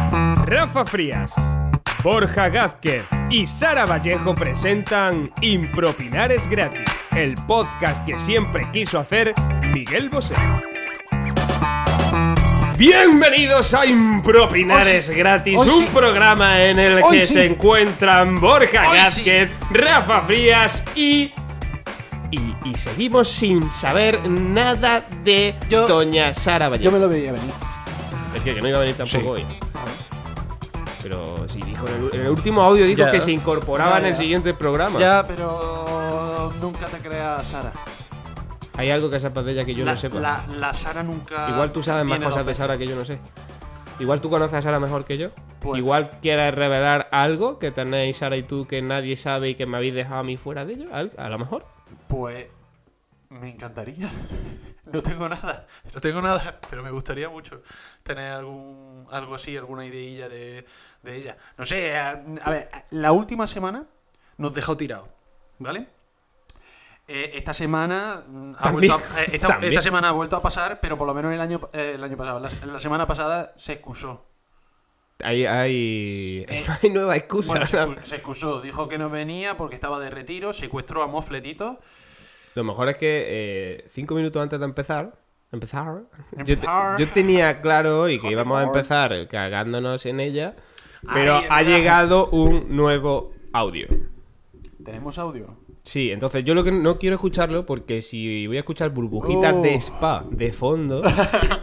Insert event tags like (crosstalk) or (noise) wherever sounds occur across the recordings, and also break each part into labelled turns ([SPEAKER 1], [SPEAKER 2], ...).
[SPEAKER 1] Rafa Frías, Borja Gázquez y Sara Vallejo presentan Impropinares Gratis, el podcast que siempre quiso hacer Miguel Bosé. Bienvenidos a Impropinares Gratis,
[SPEAKER 2] hoy
[SPEAKER 1] un
[SPEAKER 2] sí.
[SPEAKER 1] programa en el
[SPEAKER 2] Hoy
[SPEAKER 1] que
[SPEAKER 2] sí.
[SPEAKER 1] se encuentran Borja
[SPEAKER 2] Hoy
[SPEAKER 1] Gázquez, Rafa Frías y... Y, y seguimos sin saber nada de
[SPEAKER 2] Yo-
[SPEAKER 1] Doña Sara Vallejo.
[SPEAKER 2] Yo me lo veía venir.
[SPEAKER 1] Es que, que no iba a venir tampoco
[SPEAKER 3] Sí.
[SPEAKER 1] hoy. Pero sí, dijo en el, en el último audio dijo
[SPEAKER 3] Ya.
[SPEAKER 1] que se incorporaba
[SPEAKER 2] Ya,
[SPEAKER 1] en el
[SPEAKER 2] ya.
[SPEAKER 1] siguiente programa.
[SPEAKER 2] Ya, pero nunca te creas Sara.
[SPEAKER 1] Hay algo que sepas de ella que yo
[SPEAKER 2] la,
[SPEAKER 1] no sepa.
[SPEAKER 2] La, la Sara nunca.
[SPEAKER 1] Igual tú sabes más
[SPEAKER 2] viene
[SPEAKER 1] cosas
[SPEAKER 2] dos
[SPEAKER 1] de Sara
[SPEAKER 2] veces.
[SPEAKER 1] que yo no sé. Igual tú conoces a Sara mejor que yo.
[SPEAKER 2] Bueno.
[SPEAKER 1] Igual quieres revelar algo que tenéis Sara y tú que nadie sabe y que me habéis dejado a mí fuera de ello. al- A lo mejor.
[SPEAKER 2] Pues. Me encantaría. (laughs) No tengo nada. No tengo nada, pero me gustaría mucho tener algún, algo así, alguna ideilla de, de ella. No sé, a, a ver, la última semana nos dejó tirado, ¿vale? Eh, esta semana mm, ha
[SPEAKER 1] También,
[SPEAKER 2] vuelto a- eh, esta,
[SPEAKER 1] también.
[SPEAKER 2] esta semana ha vuelto a pasar, pero por lo menos el año, eh, el año pasado. La, la semana pasada se excusó.
[SPEAKER 1] Hay, hay, (laughs)
[SPEAKER 2] Eh,
[SPEAKER 1] hay nueva
[SPEAKER 2] (laughs)
[SPEAKER 1] excusa.
[SPEAKER 2] Bueno, se,
[SPEAKER 1] ¿sabes?
[SPEAKER 2] excu- se excusó, dijo que no venía porque estaba de retiro, secuestró a Mofletito.
[SPEAKER 1] Lo mejor es que eh, cinco minutos antes de empezar, empezar, yo, te-
[SPEAKER 2] Empezar.
[SPEAKER 1] yo tenía claro y que íbamos a empezar cagándonos en ella, pero
[SPEAKER 2] Ay,
[SPEAKER 1] ha
[SPEAKER 2] verdad.
[SPEAKER 1] llegado un nuevo audio.
[SPEAKER 2] ¿Tenemos audio?
[SPEAKER 1] Sí, entonces yo lo que no quiero escucharlo porque si voy a escuchar burbujitas
[SPEAKER 2] Oh.
[SPEAKER 1] de spa de fondo,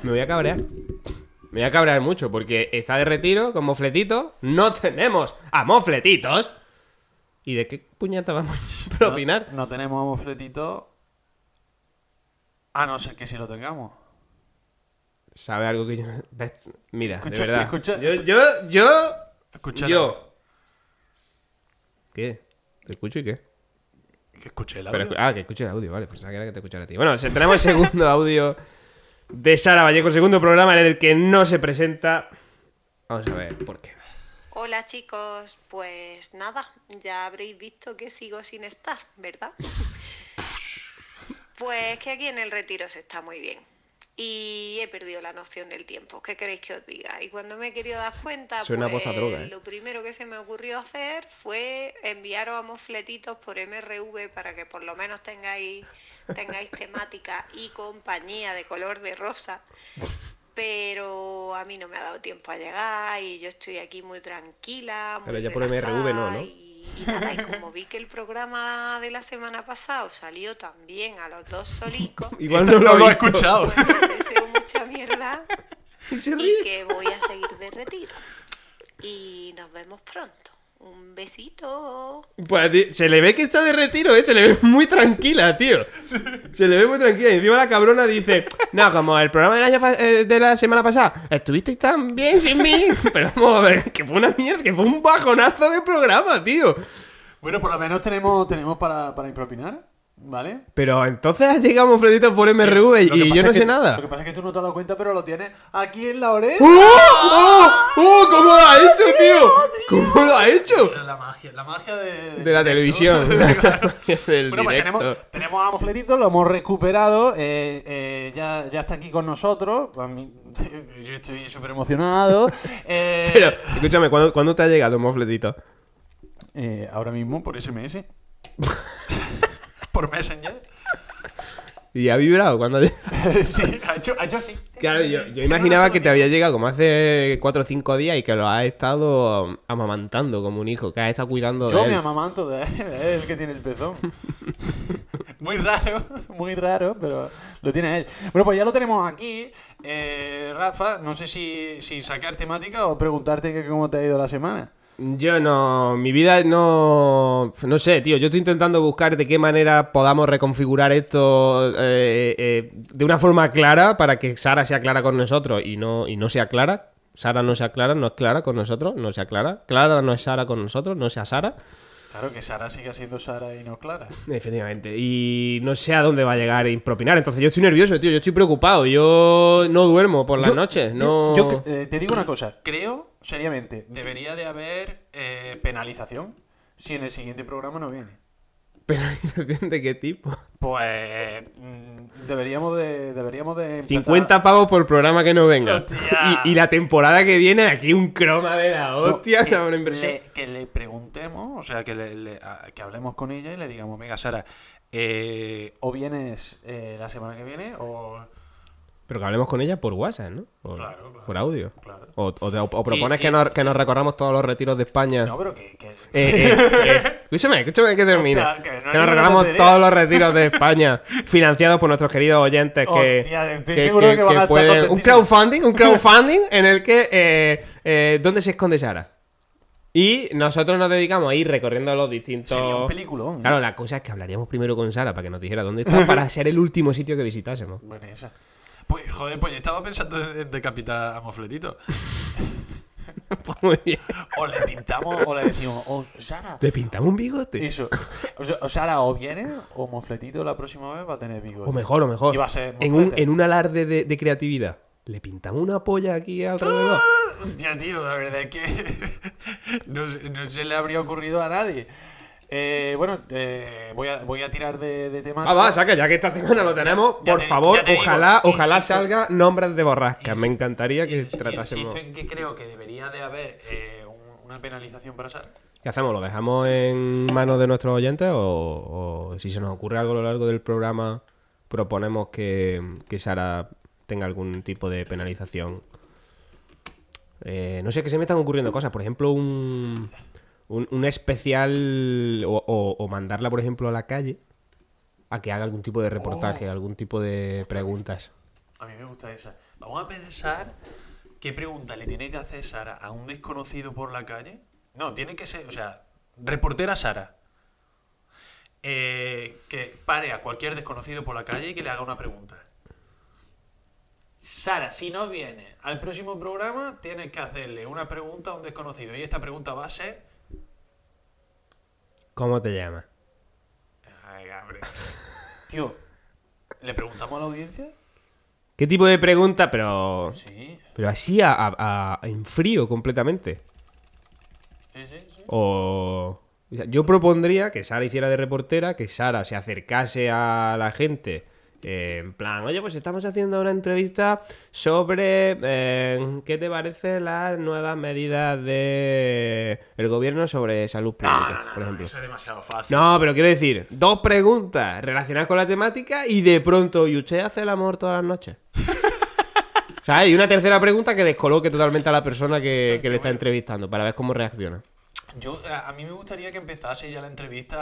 [SPEAKER 1] me voy a cabrear. Me voy a cabrear mucho porque está de retiro con mofletito. No tenemos a mofletitos. ¿Y de qué puñeta vamos a propinar?
[SPEAKER 2] No, no tenemos a Mofletito. A no ser que sí lo tengamos.
[SPEAKER 1] sabe algo que yo no... ¿Ves? Mira,
[SPEAKER 2] Escucha,
[SPEAKER 1] de verdad.
[SPEAKER 2] escucha.
[SPEAKER 1] Yo, yo, yo,
[SPEAKER 2] Escucha
[SPEAKER 1] yo. ¿Qué? ¿Te escucho y qué?
[SPEAKER 2] Que escuché el
[SPEAKER 1] Pero
[SPEAKER 2] audio.
[SPEAKER 1] escu- ah, que escuche el audio, vale. Pensaba que era que te escuchara a ti. Bueno, se- tenemos el segundo (laughs) audio de Sara Vallejo, segundo programa en el que no se presenta. Vamos a ver, ¿por qué?
[SPEAKER 4] Hola chicos, pues nada, ya habréis visto que sigo sin estar,
[SPEAKER 1] (laughs)
[SPEAKER 4] ¿verdad? Pues que aquí en el retiro se está muy bien y he perdido la noción del tiempo, ¿qué queréis que os diga? Y cuando me he querido dar cuenta,
[SPEAKER 1] Suena a voz
[SPEAKER 4] pues
[SPEAKER 1] a droga, ¿eh?
[SPEAKER 4] lo primero que se me ocurrió hacer fue enviaros a mofletitos por MRV para que por lo menos tengáis, tengáis temática y compañía de color de rosa pero a mí no me ha dado tiempo a llegar y yo estoy aquí muy tranquila. Muy
[SPEAKER 1] Pero ya por
[SPEAKER 4] relajada
[SPEAKER 1] MRV no, ¿no?
[SPEAKER 4] Y, y nada, y como vi que el programa de la semana pasada salió también a los
[SPEAKER 1] (laughs)
[SPEAKER 4] dos solicos,
[SPEAKER 1] Igual
[SPEAKER 2] Esto
[SPEAKER 1] no lo,
[SPEAKER 2] he
[SPEAKER 1] he
[SPEAKER 2] escuchado. (laughs)
[SPEAKER 4] pues les deseo mucha mierda
[SPEAKER 1] (laughs) Y se
[SPEAKER 4] y
[SPEAKER 1] ríe.
[SPEAKER 4] que voy a seguir de retiro. Y nos vemos pronto. Un besito.
[SPEAKER 1] Pues, di- se le ve que está de retiro, ¿eh? Se le ve muy tranquila, tío. Se le ve muy tranquila. Y encima la cabrona dice: No, como el programa del año fa- eh, de la semana pasada, estuvisteis tan bien sin mí. (laughs) Pero vamos a ver, que fue una mierda, que fue un bajonazo de programa, tío.
[SPEAKER 2] Bueno, por lo menos tenemos, tenemos para, para impropinar, ¿vale?
[SPEAKER 1] Pero entonces llegamos Freditos por MRV
[SPEAKER 3] Lo que
[SPEAKER 1] y
[SPEAKER 3] pasa
[SPEAKER 1] yo no
[SPEAKER 3] es que-
[SPEAKER 1] sé nada.
[SPEAKER 2] Lo que pasa es que tú no te has dado cuenta, pero lo tienes aquí en la oreja.
[SPEAKER 1] ¡Oh! ¡Oh! ¡Oh! ¿Cómo lo ha hecho, tío? ¿Cómo lo ha hecho?
[SPEAKER 2] La magia, la magia de,
[SPEAKER 1] De la
[SPEAKER 2] (laughs)
[SPEAKER 1] televisión. Del
[SPEAKER 2] Bueno, pues
[SPEAKER 1] directo.
[SPEAKER 2] tenemos, tenemos a Mofletito, lo hemos recuperado, eh, eh, ya, ya está aquí con nosotros. A mí- (laughs) yo estoy súper
[SPEAKER 1] (laughs)
[SPEAKER 2] emocionado. eh,
[SPEAKER 1] Pero, escúchame, ¿cuándo, cuándo te ha llegado Mofletito?
[SPEAKER 2] Eh, ahora mismo por SMS.
[SPEAKER 1] (laughs)
[SPEAKER 2] por Messenger.
[SPEAKER 1] ¿Y ha vibrado? ¿Cuándo ha llegado?
[SPEAKER 2] sí, ha hecho, ha hecho así.
[SPEAKER 1] Claro, yo, yo imaginaba que te había llegado como hace 4 o 5 días y que lo has estado amamantando como un hijo, que has estado cuidando
[SPEAKER 2] Yo
[SPEAKER 1] de él.
[SPEAKER 2] me amamanto de él, es el que tiene el
[SPEAKER 1] (laughs)
[SPEAKER 2] pezón. muy raro, muy raro, pero lo tiene él. Bueno, pues ya lo tenemos aquí. Eh, Rafa, no sé si, si sacar temática o preguntarte que cómo te ha ido la semana.
[SPEAKER 1] Yo no, mi vida no, no sé, tío, yo estoy intentando buscar de qué manera podamos reconfigurar esto eh, eh, de una forma clara para que Sara sea clara con nosotros y no, y no sea clara. Sara no sea clara, no es clara con nosotros, no sea clara. Clara no es Sara con nosotros, no sea Sara.
[SPEAKER 2] Claro que Sara sigue siendo Sara y no Clara.
[SPEAKER 1] Efectivamente, y no sé a dónde va a llegar impropinar. Entonces yo estoy nervioso, tío, yo estoy preocupado, yo no duermo por las noches, no...
[SPEAKER 2] Yo cre- eh, te digo una cosa, creo, seriamente, debería de haber eh, penalización si en el siguiente programa no viene.
[SPEAKER 1] ¿Penalización de qué
[SPEAKER 2] (laughs)
[SPEAKER 1] tipo?
[SPEAKER 2] Pues mm, deberíamos de. Deberíamos de empezar-
[SPEAKER 1] 50 pagos por programa que no venga.
[SPEAKER 2] Hostia.
[SPEAKER 1] Y, y la temporada que viene, aquí un croma de la
[SPEAKER 2] No,
[SPEAKER 1] hostia,
[SPEAKER 2] que
[SPEAKER 1] se da una impresión.
[SPEAKER 2] le- que le preguntemos, o sea, que, le- le- a- que hablemos con ella y le digamos, venga, Sara, eh, o vienes eh, la semana que viene o...
[SPEAKER 1] Pero que hablemos con ella por WhatsApp, ¿no? Por,
[SPEAKER 2] Claro, claro.
[SPEAKER 1] por audio.
[SPEAKER 2] Claro.
[SPEAKER 1] O, o te- o propones
[SPEAKER 2] Y-
[SPEAKER 1] que,
[SPEAKER 2] y-
[SPEAKER 1] nos, que nos recorramos todos los retiros de España.
[SPEAKER 2] No, pero que... que-
[SPEAKER 1] Eh, eh, eh, Escúchame, escúchame que termine.
[SPEAKER 2] Hostia,
[SPEAKER 1] que
[SPEAKER 2] que no hay
[SPEAKER 1] nos
[SPEAKER 2] ninguna
[SPEAKER 1] recorramos
[SPEAKER 2] tontería.
[SPEAKER 1] todos los retiros de España financiados por nuestros queridos oyentes que,
[SPEAKER 2] Hostia, estoy seguro que van a estar
[SPEAKER 1] un
[SPEAKER 2] contentísimos.
[SPEAKER 1] crowdfunding,
[SPEAKER 2] (laughs)
[SPEAKER 1] un crowdfunding en el que eh, eh, ¿dónde se esconde Sara? Y nosotros nos dedicamos a ir recorriendo los distintos.
[SPEAKER 2] Sería un peliculón, ¿eh?
[SPEAKER 1] Claro, la cosa es que hablaríamos primero con Sara para que nos dijera dónde está para ser el último sitio que visitásemos. (laughs)
[SPEAKER 2] Bueno, esa. Pues, joder, pues yo estaba pensando en en decapitar a Mofletito.
[SPEAKER 1] Pues muy bien.
[SPEAKER 2] O le pintamos o le decimos, o Sara...
[SPEAKER 1] Le pintamos un bigote.
[SPEAKER 2] Eso. O, sea, o Sara, o vienes o Mofletito la próxima vez va a tener bigote.
[SPEAKER 1] O mejor, o mejor.
[SPEAKER 2] Y va a ser
[SPEAKER 1] en, un,
[SPEAKER 2] moflete.
[SPEAKER 1] en un alarde de, de creatividad. Le pintamos una polla aquí alrededor.
[SPEAKER 2] ¡Ah! Ya, tío, la verdad es que (laughs) no, se- no se le habría ocurrido a nadie. Eh, bueno, eh, voy, a, voy a tirar de, de tema.
[SPEAKER 1] Ah, va, saca, ya que esta semana lo tenemos,
[SPEAKER 2] Ya
[SPEAKER 1] por
[SPEAKER 2] te-
[SPEAKER 1] favor,
[SPEAKER 2] ya te digo,
[SPEAKER 1] ojalá, ojalá
[SPEAKER 2] insisto.
[SPEAKER 1] salga nombres de borrascas. Me
[SPEAKER 2] Insi-
[SPEAKER 1] encantaría que
[SPEAKER 2] Ins-
[SPEAKER 1] tratásemos.
[SPEAKER 2] Insisto en que creo que debería de haber eh, un- una penalización para Sara.
[SPEAKER 1] ¿Qué hacemos? ¿Lo dejamos en manos de nuestros oyentes? O, o si se nos ocurre algo a lo largo del programa, proponemos que, que Sara tenga algún tipo de penalización. Eh, no sé, que se me están ocurriendo cosas. Por ejemplo, un, un, un especial o, o- o mandarla, por ejemplo, a la calle a que haga algún tipo de
[SPEAKER 2] Oh.
[SPEAKER 1] reportaje, algún tipo de preguntas.
[SPEAKER 2] A mí me gusta esa. Vamos a pensar qué pregunta le tiene que hacer Sara a un desconocido por la calle. No, tiene que ser, o sea, reportera Sara. Eh, que pare a cualquier desconocido por la calle y que le haga una pregunta. Sara, si no viene al próximo programa, tienes que hacerle una pregunta a un desconocido. Y esta pregunta va a ser...
[SPEAKER 1] ¿Cómo te llamas?
[SPEAKER 2] Ay, hombre. Tío, ¿le preguntamos a la audiencia?
[SPEAKER 1] ¿Qué tipo de pregunta? Pero,
[SPEAKER 2] Sí,
[SPEAKER 1] pero así, a- a- a- en frío completamente.
[SPEAKER 2] sí, sí. sí.
[SPEAKER 1] O. o sea, Yo propondría que Sara hiciera de reportera, que Sara se acercase a la gente. eh, en plan, oye, pues estamos haciendo una entrevista sobre eh, qué te parecen las nuevas medidas de el gobierno sobre salud pública,
[SPEAKER 2] No, no, no,
[SPEAKER 1] por
[SPEAKER 2] no,
[SPEAKER 1] ejemplo.
[SPEAKER 2] eso es demasiado fácil.
[SPEAKER 1] No, pero quiero decir, dos preguntas relacionadas con la temática y de pronto, ¿y usted hace el amor todas las noches? ¿Sabes? Y una tercera pregunta que descoloque totalmente a la persona que, que le está entrevistando para ver cómo reacciona.
[SPEAKER 2] Yo, eh, a a mí me gustaría que empezase ya la entrevista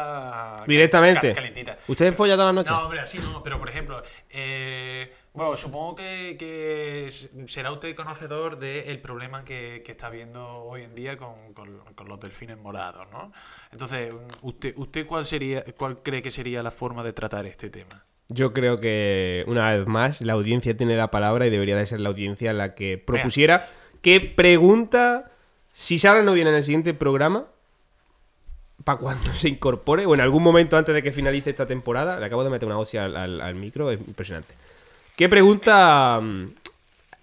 [SPEAKER 2] cal-
[SPEAKER 1] Directamente.
[SPEAKER 2] cal- calentita.
[SPEAKER 1] ¿Ustedes follan toda la noche?
[SPEAKER 2] No, hombre, así no, pero por ejemplo, eh, bueno, supongo que, que s- será usted conocedor del problema que, que está habiendo hoy en día con, con- con los delfines morados, ¿no? Entonces, mm, ¿usted, usted cuál, sería, cuál cree que sería la forma de tratar este tema?
[SPEAKER 1] Yo creo que, una vez más, la audiencia tiene la palabra y debería de ser la audiencia la que propusiera qué pregunta, si Sara no viene en el siguiente programa, para cuando se incorpore, o en algún momento antes de que finalice esta temporada, le acabo de meter una hostia al, al- al micro, es impresionante. ¿Qué pregunta mm,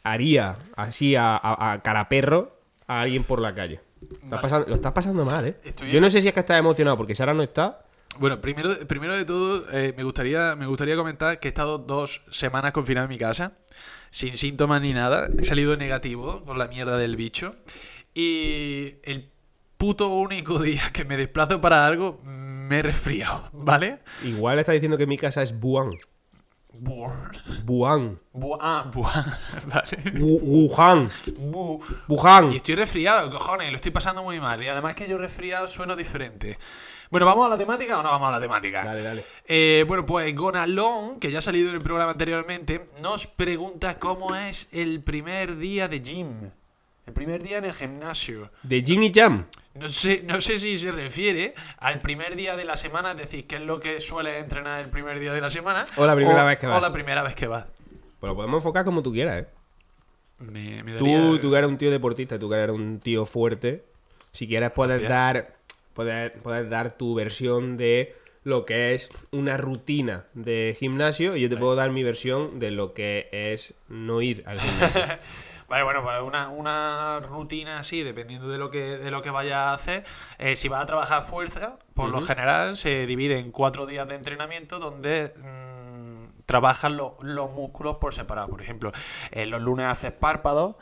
[SPEAKER 1] haría así a, a- a caraperro a alguien por la calle? Estás pasando- lo estás pasando mal, ¿eh?
[SPEAKER 2] Estoy-
[SPEAKER 1] Yo no sé si es que estás emocionado porque Sara no está.
[SPEAKER 2] Bueno, primero, primero de todo, eh, me, gustaría, me gustaría comentar que he estado dos semanas confinado en mi casa, sin síntomas ni nada. He salido negativo con la mierda del bicho. Y el puto único (laughs) día que me desplazo para algo, me he resfriado, ¿vale?
[SPEAKER 1] Igual está diciendo que mi casa es Buan.
[SPEAKER 2] Buah.
[SPEAKER 1] Wuhan.
[SPEAKER 2] Buah, ah, buah, (laughs) vale.
[SPEAKER 1] Wu- Wuhan.
[SPEAKER 2] Bu. Y
[SPEAKER 1] Wuhan.
[SPEAKER 2] estoy resfriado, cojones, lo estoy pasando muy mal. Y además que yo resfriado sueno diferente. Bueno, ¿vamos a la temática o no vamos a la temática?
[SPEAKER 1] Dale, dale.
[SPEAKER 2] Eh, bueno, pues Gonalón, que ya ha salido en el programa anteriormente, nos pregunta cómo es el primer día de gym. El primer día en el gimnasio.
[SPEAKER 1] De Jin y Jam.
[SPEAKER 2] No sé, no sé si se refiere al primer día de la semana, es decir, qué es lo que suele entrenar el primer día de la semana.
[SPEAKER 1] O la primera vez que va.
[SPEAKER 2] O la primera vez que va.
[SPEAKER 1] Pues lo podemos enfocar como tú quieras, ¿eh?
[SPEAKER 2] Me, me
[SPEAKER 1] Tú,
[SPEAKER 2] daría-
[SPEAKER 1] tú que eres un tío deportista, tú que eres un tío fuerte, si quieres puedes dar puedes, puedes dar tu versión de lo que es una rutina de gimnasio y yo te puedo dar mi versión de lo que es no ir al (laughs) gimnasio.
[SPEAKER 2] Vale, bueno, pues una, una rutina así, dependiendo de lo que, de lo que vaya a hacer. Eh, si vas a trabajar fuerza, por lo general se divide en cuatro días de entrenamiento donde mm, trabajan lo- los músculos por separado. Por ejemplo, eh, los lunes haces párpados,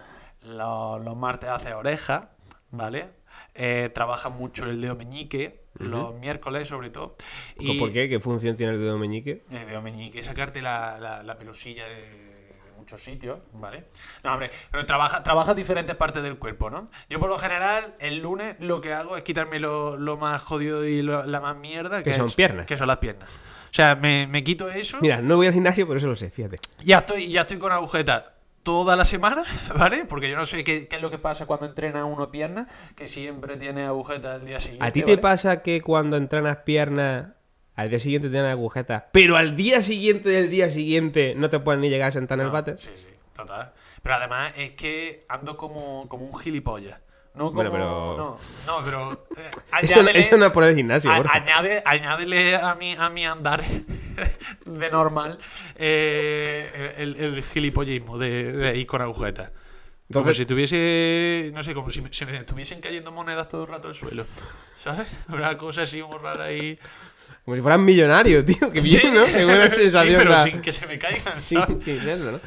[SPEAKER 2] lo- los martes haces oreja, ¿vale? Eh, trabaja mucho el dedo meñique, los miércoles sobre todo. Y-
[SPEAKER 1] ¿Por qué? ¿Qué función tiene el dedo meñique?
[SPEAKER 2] eh, de meñique, sacarte la, la, la pelusilla de, de muchos sitios, ¿vale? No, hombre, pero trabaja, trabaja diferentes partes del cuerpo, ¿no? Yo por lo general, el lunes lo que hago es quitarme lo, lo más jodido y lo- la más mierda.
[SPEAKER 1] Que
[SPEAKER 2] es-
[SPEAKER 1] son piernas.
[SPEAKER 2] Que son las piernas. O sea, me, me quito eso.
[SPEAKER 1] Mira, no voy al gimnasio, pero eso lo sé, fíjate.
[SPEAKER 2] Ya estoy, ya estoy con agujetas toda la semana, (laughs) ¿vale? Porque yo no sé qué, qué es lo que pasa cuando entrena uno pierna, que siempre tiene agujetas al día siguiente.
[SPEAKER 1] ¿A ti te
[SPEAKER 2] ¿vale?
[SPEAKER 1] pasa que cuando entrenas piernas, al día siguiente te dan agujetas, pero al día siguiente del día siguiente no te pueden ni llegar a sentar en el
[SPEAKER 2] No,
[SPEAKER 1] bate?
[SPEAKER 2] Ah, Sí, sí, total. Pero además es que ando como, como un gilipollas. No como,
[SPEAKER 1] Bueno, pero-
[SPEAKER 2] No, no, pero...
[SPEAKER 1] (laughs)
[SPEAKER 2] eh,
[SPEAKER 1] Eso, no-
[SPEAKER 2] añádele-
[SPEAKER 1] eso no es por el gimnasio,
[SPEAKER 2] a-
[SPEAKER 1] Borja.
[SPEAKER 2] añade- añádele a mi, a mi andar (laughs) de normal eh, el, el gilipollismo de, de ir con agujetas. como
[SPEAKER 1] Entonces-
[SPEAKER 2] si tuviese, no sé, como si me, se me estuviesen cayendo monedas todo el rato al suelo. ¿Sabes? (laughs) Una cosa así muy rara ahí.
[SPEAKER 1] Como si fueras millonario, tío. Qué bien, ¿no? Qué (laughs) buena
[SPEAKER 2] (laughs) Sí,
[SPEAKER 1] sensación.
[SPEAKER 2] pero
[SPEAKER 1] la-
[SPEAKER 2] sin que se me caigan.
[SPEAKER 1] Sí,
[SPEAKER 2] ¿sabes?
[SPEAKER 1] sí, eso, ¿no?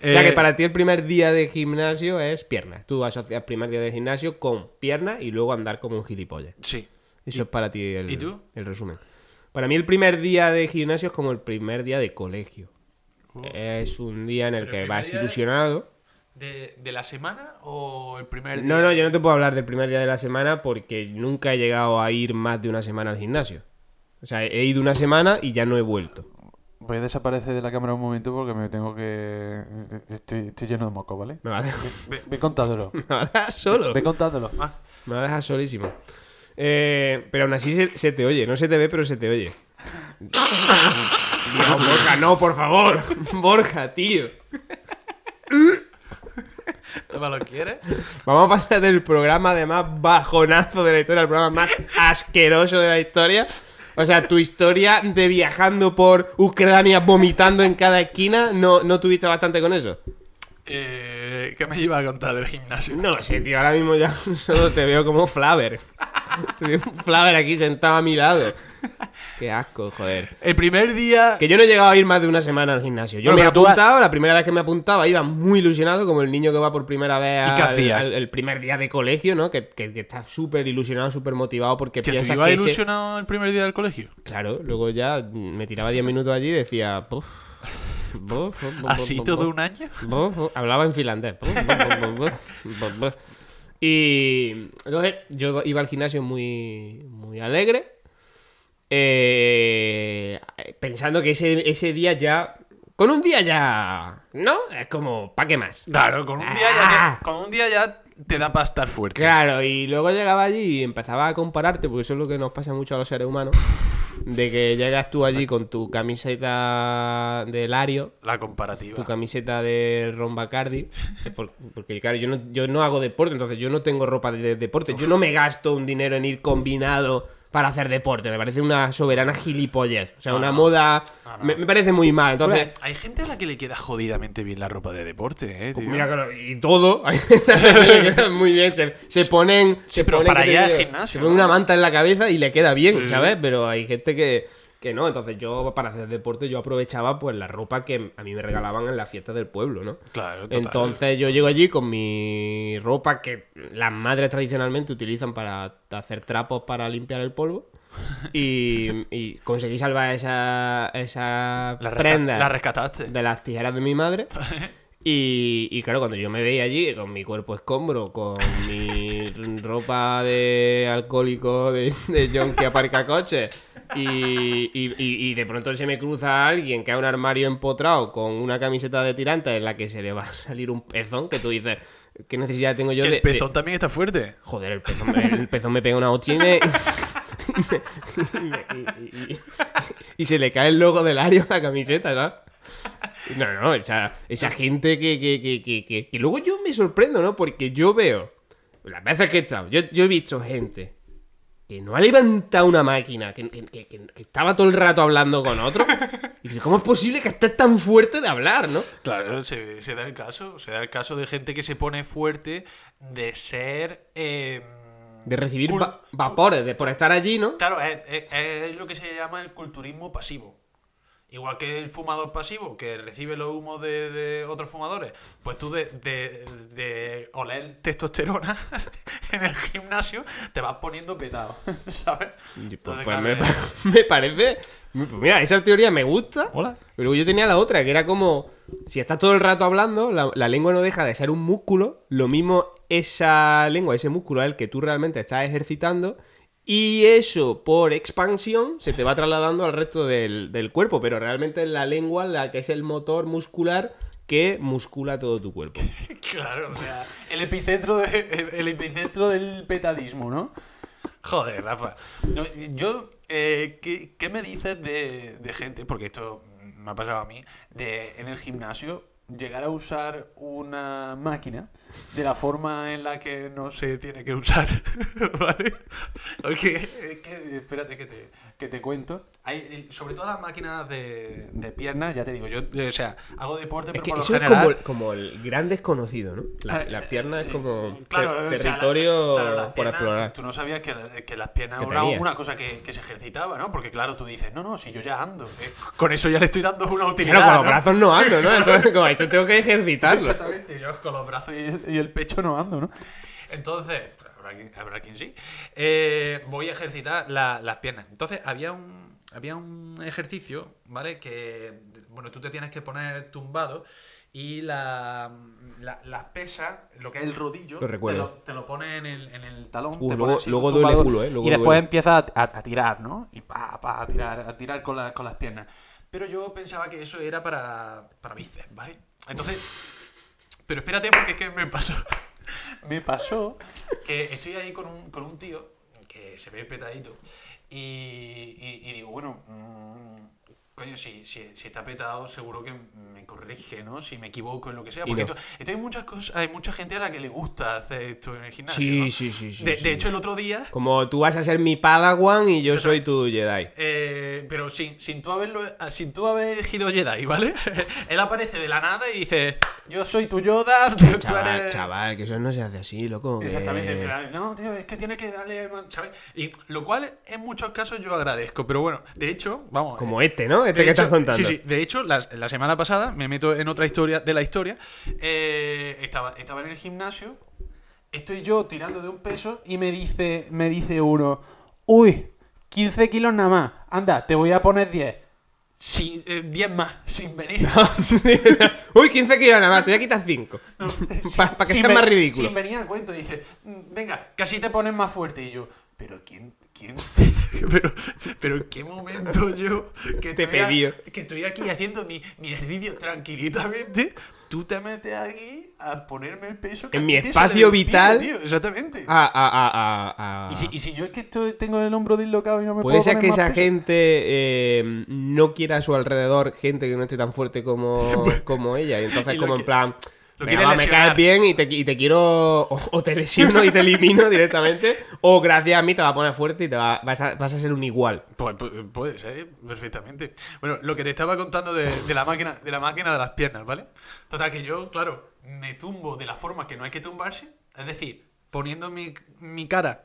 [SPEAKER 1] O sea
[SPEAKER 2] Eh,
[SPEAKER 1] que para ti el primer día de gimnasio es piernas. Tú asocias primer día de gimnasio con piernas y luego andar como un gilipollas.
[SPEAKER 2] sí.
[SPEAKER 1] Eso es para ti el,
[SPEAKER 2] y tú?
[SPEAKER 1] el resumen. Para mí el primer día de gimnasio es como el primer día de colegio. Es un día en el
[SPEAKER 2] Oh. Pero
[SPEAKER 1] que
[SPEAKER 2] el
[SPEAKER 1] vas
[SPEAKER 2] primer día-
[SPEAKER 1] ilusionado.
[SPEAKER 2] ¿De, de la semana o el primer día?
[SPEAKER 1] No, no, yo no te puedo hablar del primer día de la semana porque nunca he llegado a ir más de una semana al gimnasio. O sea, he ido una semana y ya no he vuelto.
[SPEAKER 2] Voy a desaparecer de la cámara un momento porque me tengo que. Estoy, estoy lleno de moco, ¿vale?
[SPEAKER 1] Me va a dejar, (laughs)
[SPEAKER 2] Ve, ve contándolo.
[SPEAKER 1] me va a dejar solo.
[SPEAKER 2] Ve (laughs) contándolo. Ah,
[SPEAKER 1] Me va a dejar solísimo. Eh, pero aún así se, se te oye. No se te ve, pero se te
[SPEAKER 2] (laughs)
[SPEAKER 1] oye. No, Borja, no, por favor. (laughs) Borja, tío.
[SPEAKER 2] ¿tú me lo quieres?
[SPEAKER 1] Vamos a pasar del programa de más bajonazo de la historia al programa más asqueroso de la historia. O sea, tu historia de viajando por Ucrania vomitando en cada esquina, ¿no, no tuviste bastante con eso?
[SPEAKER 2] Eh, ¿Qué me iba a contar del gimnasio?
[SPEAKER 1] No lo sé, tío. Ahora mismo ya (laughs) solo te veo como Flaver. Te veo un Flaver aquí sentado a mi lado. Qué asco, joder.
[SPEAKER 2] El primer día.
[SPEAKER 1] Que yo no he llegado a ir más de una semana al gimnasio. Yo
[SPEAKER 2] Bueno,
[SPEAKER 1] me he
[SPEAKER 2] pero tú has-
[SPEAKER 1] apuntado, la primera vez que me apuntaba iba muy ilusionado, como el niño que va por primera vez
[SPEAKER 2] ¿Y qué
[SPEAKER 1] al-
[SPEAKER 2] hacía?
[SPEAKER 1] al- el primer día de colegio, ¿no? Que, que- que está súper ilusionado, súper motivado porque
[SPEAKER 2] ¿Que
[SPEAKER 1] piensa
[SPEAKER 2] te iba
[SPEAKER 1] que ese-
[SPEAKER 2] ilusionado el primer día del colegio?
[SPEAKER 1] Claro, luego ya me tiraba 10 minutos allí y decía... "Puf, buf, buf, buf,
[SPEAKER 2] (laughs) ¿Así
[SPEAKER 1] buf,
[SPEAKER 2] todo
[SPEAKER 1] buf".
[SPEAKER 2] un año?
[SPEAKER 1] Bo- bo- Hablaba en finlandés. Bo- bo- bo- bo- bo- bo- bo. Y entonces yo iba al gimnasio muy, muy alegre, eh, pensando que ese, ese día ya... Con un día ya... ¿No? Es como, ¿pa' qué más?
[SPEAKER 2] Claro, con un día ya,
[SPEAKER 1] Ah.
[SPEAKER 2] te, con un día ya te da para estar fuerte.
[SPEAKER 1] Claro, y luego llegaba allí y empezaba a compararte, porque eso es lo que nos pasa mucho a los seres humanos, de que llegas tú allí con tu camiseta de Lario,
[SPEAKER 2] La
[SPEAKER 1] tu
[SPEAKER 2] comparativa.
[SPEAKER 1] camiseta de Rombacardi. por- Porque, claro, yo no, yo no hago deporte, entonces yo no tengo ropa de, de deporte. Yo no me gasto un dinero en ir combinado para hacer deporte. Me parece una soberana gilipollez. O sea, una moda. Me, me parece muy mal. Entonces.
[SPEAKER 2] Eh, Hay gente a la que le queda jodidamente bien la ropa de deporte, ¿eh? tío?
[SPEAKER 1] Pues Mira, claro, y
[SPEAKER 2] (laughs)
[SPEAKER 1] todo. Muy bien. Se, se ponen.
[SPEAKER 2] Sí,
[SPEAKER 1] se
[SPEAKER 2] pero
[SPEAKER 1] ponen,
[SPEAKER 2] para
[SPEAKER 1] ¿qué
[SPEAKER 2] ir
[SPEAKER 1] te
[SPEAKER 2] al
[SPEAKER 1] digo?
[SPEAKER 2] gimnasio,
[SPEAKER 1] Se ponen
[SPEAKER 2] ¿no?
[SPEAKER 1] una manta en la cabeza y le queda bien,
[SPEAKER 2] sí.
[SPEAKER 1] ¿sabes? Pero hay gente que, que no. Entonces, yo para hacer deporte, yo aprovechaba pues la ropa que a mí me regalaban en las fiestas del pueblo, ¿no?
[SPEAKER 2] Claro, total.
[SPEAKER 1] Entonces yo llego allí con mi ropa que las madres tradicionalmente utilizan para hacer trapos para limpiar el polvo. Y, y conseguí salvar esa, esa
[SPEAKER 2] La, resca-
[SPEAKER 1] prenda
[SPEAKER 2] la rescataste.
[SPEAKER 1] de las tijeras de mi madre. Y, y claro, cuando yo me veía allí con mi cuerpo escombro, con mi ropa de alcohólico de, de John que aparca coches, y, y- y- y de pronto se me cruza alguien que ha un armario empotrado con una camiseta de tirantes en la que se le va a salir un pezón, que tú dices, ¿qué necesidad tengo yo
[SPEAKER 2] Que
[SPEAKER 1] de-
[SPEAKER 2] el
[SPEAKER 1] de,
[SPEAKER 2] pezón también está fuerte.
[SPEAKER 1] Joder, el pezón me, el pezón me pega una hostia y me- (laughs) y, me- y- y- y se le cae el logo del Ario a la camiseta, ¿no? No, no, esa, esa gente que, que, que, que, que- que luego yo me sorprendo, ¿no? Porque yo veo, las veces que he estado, yo, yo he visto gente que no ha levantado una máquina, que, que- que- que- que estaba todo el rato hablando con otro. Y dices, ¿cómo es posible que estés tan fuerte de hablar, no?
[SPEAKER 2] Claro, se, se da el caso. Se da el caso de gente que se pone fuerte de ser. eh,
[SPEAKER 1] De recibir
[SPEAKER 2] cul-
[SPEAKER 1] va- vapores, de por estar allí, ¿no?
[SPEAKER 2] Claro, es, es- es lo que se llama el culturismo pasivo. Igual que el fumador pasivo, que recibe los humos de, de otros fumadores, pues tú de, de- de oler testosterona (laughs) en el gimnasio te vas poniendo petado, (laughs) ¿sabes?
[SPEAKER 1] Y, Pues, pues
[SPEAKER 2] Entonces, claro,
[SPEAKER 1] me,
[SPEAKER 2] eh,
[SPEAKER 1] pa- (laughs) me parece. pues mira, esa teoría me gusta.
[SPEAKER 2] Hola.
[SPEAKER 1] Pero luego yo tenía la otra, que era como. Si estás todo el rato hablando, la, la lengua no deja de ser un músculo. Lo mismo esa lengua, ese músculo, es el que tú realmente estás ejercitando. Y eso, por expansión, se te va trasladando al resto del, del cuerpo. Pero realmente es la lengua la que es el motor muscular que muscula todo tu cuerpo.
[SPEAKER 2] Claro, o sea, el epicentro, de- el, el epicentro del petadismo, ¿no? Joder, Rafa. No, Yo, eh, ¿qué, qué me dices de, de gente? Porque esto me ha pasado a mí, de en el gimnasio llegar a usar una máquina de la forma en la que no se tiene que usar, (laughs) ¿vale? Porque, es que, espérate que te, que te cuento. Hay, sobre todo las máquinas de, de piernas, ya te digo, yo, eh, o sea, hago deporte,
[SPEAKER 1] Es
[SPEAKER 2] pero
[SPEAKER 1] que
[SPEAKER 2] por lo
[SPEAKER 1] eso es
[SPEAKER 2] general...
[SPEAKER 1] como, el- como el gran desconocido, ¿no? La,
[SPEAKER 2] Eh,
[SPEAKER 1] la pierna
[SPEAKER 2] sí.
[SPEAKER 1] es como
[SPEAKER 2] Claro,
[SPEAKER 1] ter-
[SPEAKER 2] o sea,
[SPEAKER 1] territorio
[SPEAKER 2] la- claro, las
[SPEAKER 1] por
[SPEAKER 2] piernas,
[SPEAKER 1] explorar.
[SPEAKER 2] Tú no sabías que, la- que las piernas
[SPEAKER 1] Que
[SPEAKER 2] era
[SPEAKER 1] tenía.
[SPEAKER 2] una cosa que, que se ejercitaba, ¿no? Porque claro, tú dices, no, no, si yo ya ando, eh, con eso ya le estoy dando una utilidad.
[SPEAKER 1] Claro, con los
[SPEAKER 2] ¿no?
[SPEAKER 1] brazos no ando, ¿no? Entonces, como yo tengo que ejercitarlo.
[SPEAKER 2] Exactamente, yo con los brazos y el, y el pecho no ando, ¿no? Entonces, habrá quien, habrá quien sí. Eh, voy a ejercitar la- las piernas. Entonces, había un, había un ejercicio, ¿vale? Que, bueno, tú te tienes que poner tumbado y la, la, las pesas, lo que es el rodillo,
[SPEAKER 1] Lo recuerdo.
[SPEAKER 2] Te, lo, te lo pones en el, en el talón.
[SPEAKER 1] Uh,
[SPEAKER 2] te
[SPEAKER 1] luego-
[SPEAKER 2] pones así
[SPEAKER 1] luego
[SPEAKER 2] tumbado
[SPEAKER 1] duele culo, ¿eh? Luego
[SPEAKER 2] y después
[SPEAKER 1] duele.
[SPEAKER 2] empiezas a, a- a tirar, ¿no? Y pa, pa, a tirar, a tirar con, la- con las piernas. Pero yo pensaba que eso era para, para bíceps, ¿vale? Entonces, pero espérate porque es que
[SPEAKER 1] (laughs)
[SPEAKER 2] me pasó. Me pasó que estoy ahí con un, con un tío que se ve petadito y, y- y digo, bueno, mm, coño, si, si, si está petado seguro que me corrige, ¿no? Si me equivoco en lo que sea.
[SPEAKER 1] Y
[SPEAKER 2] Porque
[SPEAKER 1] no.
[SPEAKER 2] esto- esto hay muchas cosas, hay mucha gente a la que le gusta hacer esto en el gimnasio.
[SPEAKER 1] Sí,
[SPEAKER 2] ¿no?
[SPEAKER 1] sí, sí, sí,
[SPEAKER 2] De, de
[SPEAKER 1] sí.
[SPEAKER 2] hecho, el otro día...
[SPEAKER 1] Como tú vas a ser mi Padawan y yo soy tu Jedi.
[SPEAKER 2] Eh, pero sin, sin, tú haberlo, sin tú haber elegido Jedi, ¿vale? (laughs) Él aparece de la nada y dice: Yo soy tu Yoda, (laughs) tú tú
[SPEAKER 1] Chaval,
[SPEAKER 2] eres-
[SPEAKER 1] chaval, que eso no se hace así, loco. que-
[SPEAKER 2] Exactamente,
[SPEAKER 1] Eh,
[SPEAKER 2] en plan, no, tío, es que tiene que darle. man- ¿sabes? Y lo cual en muchos casos yo agradezco, pero bueno, de hecho, vamos.
[SPEAKER 1] Como
[SPEAKER 2] eh,
[SPEAKER 1] este, ¿no? Este
[SPEAKER 2] de
[SPEAKER 1] que
[SPEAKER 2] hecho-
[SPEAKER 1] estás contando.
[SPEAKER 2] Sí, sí. De hecho, las- la, semana pasada me meto en otra historia de la historia. eh, estaba, estaba en el gimnasio, estoy yo tirando de un peso y me dice, me dice uno: Uy, 15 kilos nada más, anda, te voy a poner 10. Sin, eh, 10 más, sin
[SPEAKER 1] (laughs)
[SPEAKER 2] venir.
[SPEAKER 1] (laughs)
[SPEAKER 2] (laughs)
[SPEAKER 1] Uy, 15 kilos nada más, te voy a quitar 5. Para que
[SPEAKER 2] Sin
[SPEAKER 1] sea
[SPEAKER 2] ve-
[SPEAKER 1] más ridículo.
[SPEAKER 2] Sin venir a cuento, dice, "Mm, venga, casi te pones más fuerte. Y yo, pero ¿quién? ¿Quién? (laughs) pero, pero ¿en qué momento yo que,
[SPEAKER 1] Te
[SPEAKER 2] estoy a-
[SPEAKER 1] pedí.
[SPEAKER 2] que estoy aquí haciendo mi, mi ejercicio tranquilitamente? Tú te metes aquí a ponerme el peso que
[SPEAKER 1] En
[SPEAKER 2] a
[SPEAKER 1] mi
[SPEAKER 2] ti te sale
[SPEAKER 1] espacio
[SPEAKER 2] del pie,
[SPEAKER 1] vital.
[SPEAKER 2] tío, exactamente.
[SPEAKER 1] Ah, ah, ah, ah, ah.
[SPEAKER 2] Y, si, y si yo es que estoy, tengo el hombro dislocado y no me
[SPEAKER 1] Puede
[SPEAKER 2] puedo
[SPEAKER 1] ser
[SPEAKER 2] poner
[SPEAKER 1] que
[SPEAKER 2] más
[SPEAKER 1] esa
[SPEAKER 2] peso?
[SPEAKER 1] gente eh, no quiera a su alrededor gente que no esté tan fuerte
[SPEAKER 2] (laughs)
[SPEAKER 1] como, como ella. Y entonces,
[SPEAKER 2] Pues, y lo
[SPEAKER 1] como
[SPEAKER 2] que-
[SPEAKER 1] en plan,
[SPEAKER 2] lo
[SPEAKER 1] "Venga,
[SPEAKER 2] quiere
[SPEAKER 1] va, me
[SPEAKER 2] lesionar".
[SPEAKER 1] caes bien y te, y te quiero, o, o te lesiono y te elimino (laughs) directamente, o gracias a mí te va a poner fuerte y te va- vas, a, vas a ser un igual.
[SPEAKER 2] Pues, pu- puede ser, perfectamente. Bueno, lo que te estaba contando de, de la máquina, de la máquina de las piernas, ¿vale? Total, que yo, claro, me tumbo de la forma que no hay que tumbarse, es decir, poniendo mi, mi cara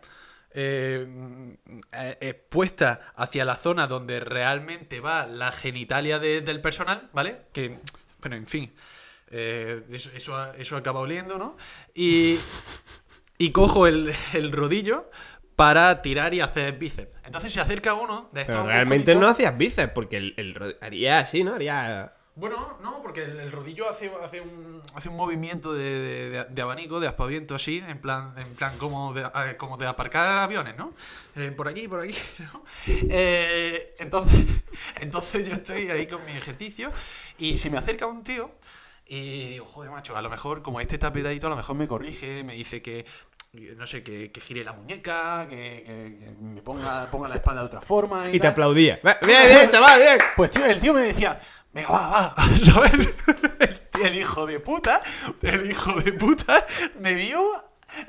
[SPEAKER 2] eh, mm, eh, expuesta hacia la zona donde realmente va la genitalia de- del personal, ¿vale? Que, bueno, en fin, eh, eso, eso, eso acaba oliendo, ¿no? Y, y cojo el, el rodillo para tirar y hacer bíceps. Entonces se acerca uno de estos
[SPEAKER 1] Pero realmente no
[SPEAKER 2] musculitos.
[SPEAKER 1] hacías bíceps, porque el, el ro- haría así, ¿no? Haría.
[SPEAKER 2] Bueno, no, porque el, el rodillo hace, hace, un, hace un movimiento de, de- de- de abanico, de aspaviento así, en plan, en plan como, de, eh, como de aparcar aviones, ¿no? Eh, por aquí, por aquí, (laughs) ¿no? Eh, entonces, (laughs) entonces yo estoy ahí con mi ejercicio y se me acerca un tío y digo, joder, macho, a lo mejor como este está petadito, a lo mejor me corrige, me dice que, no sé, que, que gire la muñeca, que, que- que me ponga, ponga la espalda de otra forma.
[SPEAKER 1] Y te
[SPEAKER 2] tal.
[SPEAKER 1] aplaudía. Va- Bien,
[SPEAKER 2] (laughs)
[SPEAKER 1] bien, chaval, bien.
[SPEAKER 2] Pues tío, el tío me decía, venga, va, va, (laughs) ¿sabes? El, el hijo de puta, el hijo de puta me vio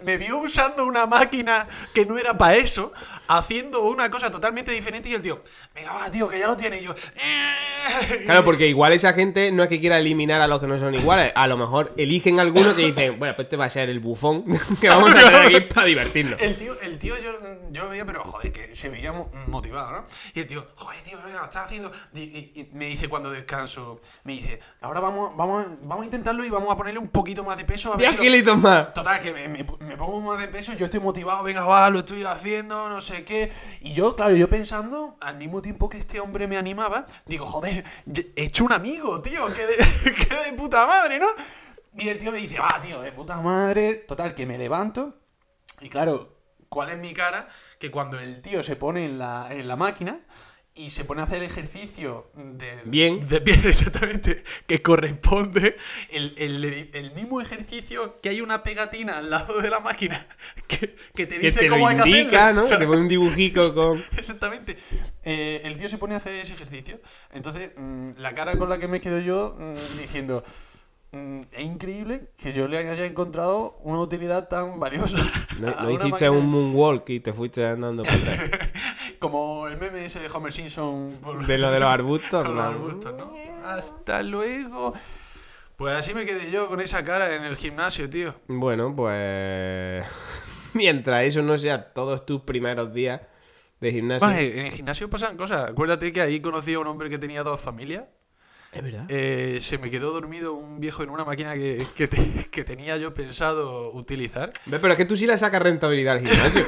[SPEAKER 2] me vio usando una máquina que no era para eso, haciendo una cosa totalmente diferente y el tío, venga, va, tío, que ya lo tiene. Y yo, "Eh".
[SPEAKER 1] Claro, porque igual esa gente no es que quiera eliminar a los que no son iguales. A lo mejor eligen alguno que dicen, bueno, pues este va a ser el bufón (laughs) que vamos a tener
[SPEAKER 2] (laughs)
[SPEAKER 1] aquí para divertirnos.
[SPEAKER 2] El tío, el tío yo, yo lo veía, pero joder, que se veía mo- motivado, ¿no? Y el tío, joder, tío, venga, lo estás haciendo. Y, y- y me dice cuando descanso, me dice, ahora vamos, vamos, vamos a intentarlo y vamos a ponerle un poquito más de peso. A ver
[SPEAKER 1] Diez
[SPEAKER 2] si lo-
[SPEAKER 1] kilitos más.
[SPEAKER 2] Total, que me, me- me pongo más de peso, yo estoy motivado, venga, va, lo estoy haciendo, no sé qué. Y yo, claro, yo pensando, al mismo tiempo que este hombre me animaba, digo, joder, ye- he hecho un amigo, tío, que de, (laughs) que de puta madre, ¿no? Y el tío me dice, va, tío, de puta madre. Total, que me levanto. Y claro, ¿cuál es mi cara? Que cuando el tío se pone en la, en la máquina y se pone a hacer ejercicio de,
[SPEAKER 1] Bien.
[SPEAKER 2] de pie, (laughs) exactamente, que corresponde el, el- el mismo ejercicio que hay una pegatina al lado de la máquina (laughs) que, que te
[SPEAKER 1] Que
[SPEAKER 2] dice
[SPEAKER 1] te
[SPEAKER 2] cómo
[SPEAKER 1] lo
[SPEAKER 2] hay que
[SPEAKER 1] indica,
[SPEAKER 2] hacerlo,
[SPEAKER 1] Ah, ¿no?
[SPEAKER 2] o sea,
[SPEAKER 1] Te pone un (laughs) dibujico con...
[SPEAKER 2] (laughs) Exactamente. Eh, el tío se pone a hacer ese ejercicio. Entonces, mm, la cara con la que me quedo yo mm, diciendo, mm, es increíble que yo le haya encontrado una utilidad
[SPEAKER 1] (laughs)
[SPEAKER 2] tan valiosa.
[SPEAKER 1] No,
[SPEAKER 2] a
[SPEAKER 1] no
[SPEAKER 2] Ah, una
[SPEAKER 1] hiciste
[SPEAKER 2] máquina.
[SPEAKER 1] un moonwalk y te fuiste andando por atrás.
[SPEAKER 2] (laughs) Como el meme ese de Homer Simpson. (laughs) por-
[SPEAKER 1] De lo de los arbustos,
[SPEAKER 2] con
[SPEAKER 1] ¿no?
[SPEAKER 2] los arbustos, ¿no? Hasta luego. Pues así me quedé yo con esa cara en el gimnasio, tío.
[SPEAKER 1] Bueno, pues... (laughs) Mientras eso no sea todos tus primeros días de gimnasio.
[SPEAKER 2] Bueno, en el gimnasio pasan cosas. Acuérdate que ahí conocí a un hombre que tenía dos familias.
[SPEAKER 1] Es verdad.
[SPEAKER 2] Eh, se me quedó dormido un viejo en una máquina que, que te- (laughs) que tenía yo pensado utilizar.
[SPEAKER 1] Ve, Pero es que tú sí le sacas rentabilidad al
[SPEAKER 2] (laughs)
[SPEAKER 1] gimnasio.